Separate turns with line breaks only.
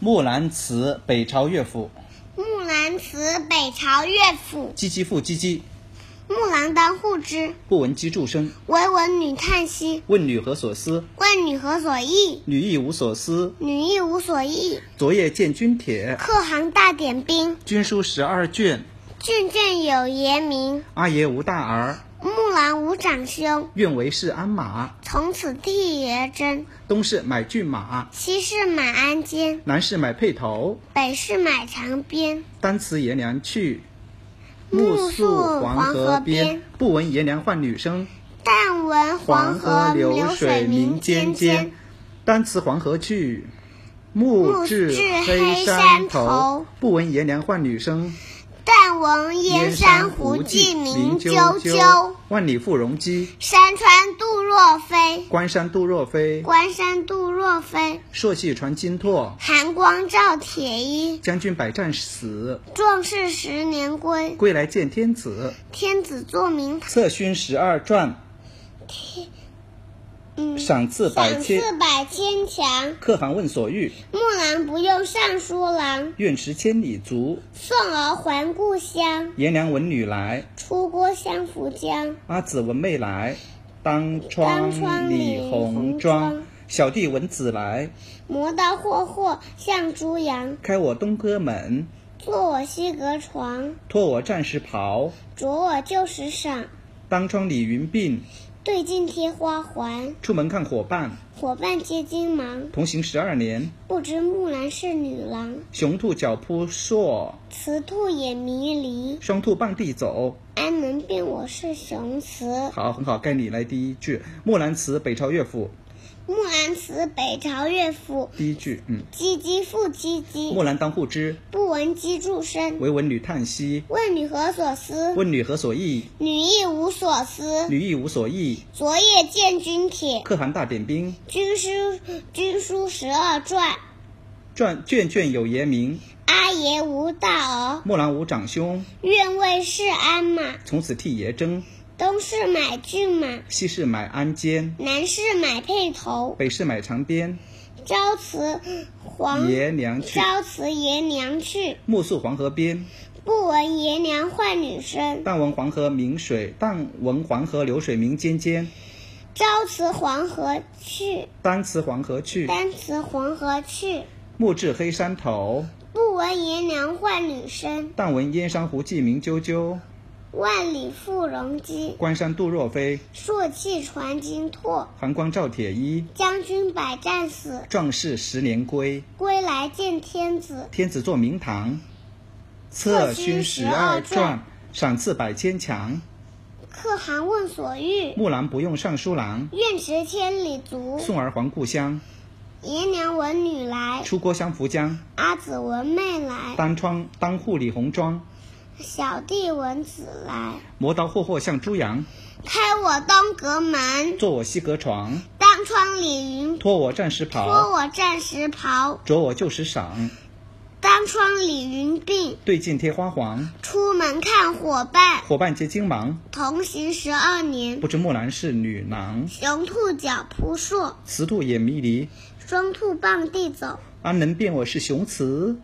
木兰辞北朝乐府，
木兰辞北朝乐府，
唧唧复唧唧，
木兰当户织，
不闻机杼声。
惟闻女叹息。
问女何所思？
问女何所忆？
女亦无所思。
女亦无所忆。
昨夜见军帖，
可汗大点兵，
军书十二卷。
郡郡有爷名。
阿爷无大儿，
木兰无长兄，
愿为市鞍马。
从此地爷真。
东市买骏马，
西市买鞍鞯，
南市买辔头。
北市买长鞭。
单辞爷娘去，
目
宿
宿
黄
黄
河
河
边
边。
不闻爷娘唤女声，
但闻黄河
流
流水
鸣
鸣
溅
溅溅。。
单辞黄河去，暮
暮
至
至
黑
黑
山
山
头
头。
不闻爷娘唤女声。
但闻燕山胡骑鸣啾啾，。
万里赴戎机，
山川杜若飞。
关山度若飞。
关山杜若飞，
朔气传金柝，
寒光照铁衣。
将军百战死。
壮士十年归，
归来见天子。
天子坐明堂。
策勋十二传，
嗯，
赏赐百
赏
千。
赐百千强。
可汗问所欲，
木兰不用尚书郎，
愿驰千里足。
送儿还故乡。
颜良闻女来，
出郭相扶将。
阿姊闻妹来。当窗
当窗
理
理
红
红
妆
妆，
小弟闻姊来。
磨刀霍霍向猪羊，
开我东哥门，
坐我西阁床。
脱我战时袍。
着我旧时赏，
当窗理云鬓，
对镜贴花环。
出门看伙伴。
伙伴皆惊忙，
同行十二年，
不知木兰是女郎。
雄兔脚扑朔，
雌兔也迷离，
双兔傍地走。
安能辨我是雄雌？
好，很好，该你来第一句。木兰辞北朝乐府，
木兰辞北朝乐府，
第一句，嗯。
唧唧复唧唧。
木兰当户织，
不闻机杼声，
惟闻女叹息。
问女何所思？
问女何所忆？
女亦无所思。
女亦无所忆。
昨夜见军帖，
可汗大点兵，
军书军书十二传。
传卷卷有爷名。
阿爷无大儿，
木兰无长兄，
愿为市鞍马。
从此替爷征。
东市买骏马，
西市买鞍鞯，
南市买辔头。
北市买长鞭。
朝辞黄
爷娘去，
朝辞爷娘去。
暮宿黄河边。
不闻爷娘唤女声，
但闻黄河明水，但闻黄河流水鸣溅溅。
朝辞黄河去，
当辞黄河去，
单辞黄河去。
暮至黑山头。
不闻爷娘唤女声，
但闻燕山胡骑鸣啾啾，
万里赴戎机。
关山度若飞。
朔气传金柝，
寒光照铁衣，
将军百战死。
壮士十年归。
归来见天子，
天子坐明堂，
策
策
勋
勋
十
十
二
二
传
传，赏赐百千强。
可汗问所欲。
木兰不用尚书郎，
愿驰千里足，
送儿还故乡。
爷娘闻女来，
出郭相扶将，
阿姊闻妹来，
当窗当户理红妆。
小弟闻姊来。
磨刀霍霍向猪羊，
开我东阁门，
坐我西阁床。
当窗理云
脱我战时
脱
袍，
我战时袍，
着我旧时裳。
当窗理云鬓。
对镜贴花黄，
出门看伙伴，
伙伴皆惊忙。
同行十二年。
不知木兰是女郎，
雄兔脚扑朔，
雌兔也迷离。
双兔傍地走。
啊安能辨我是雄雌？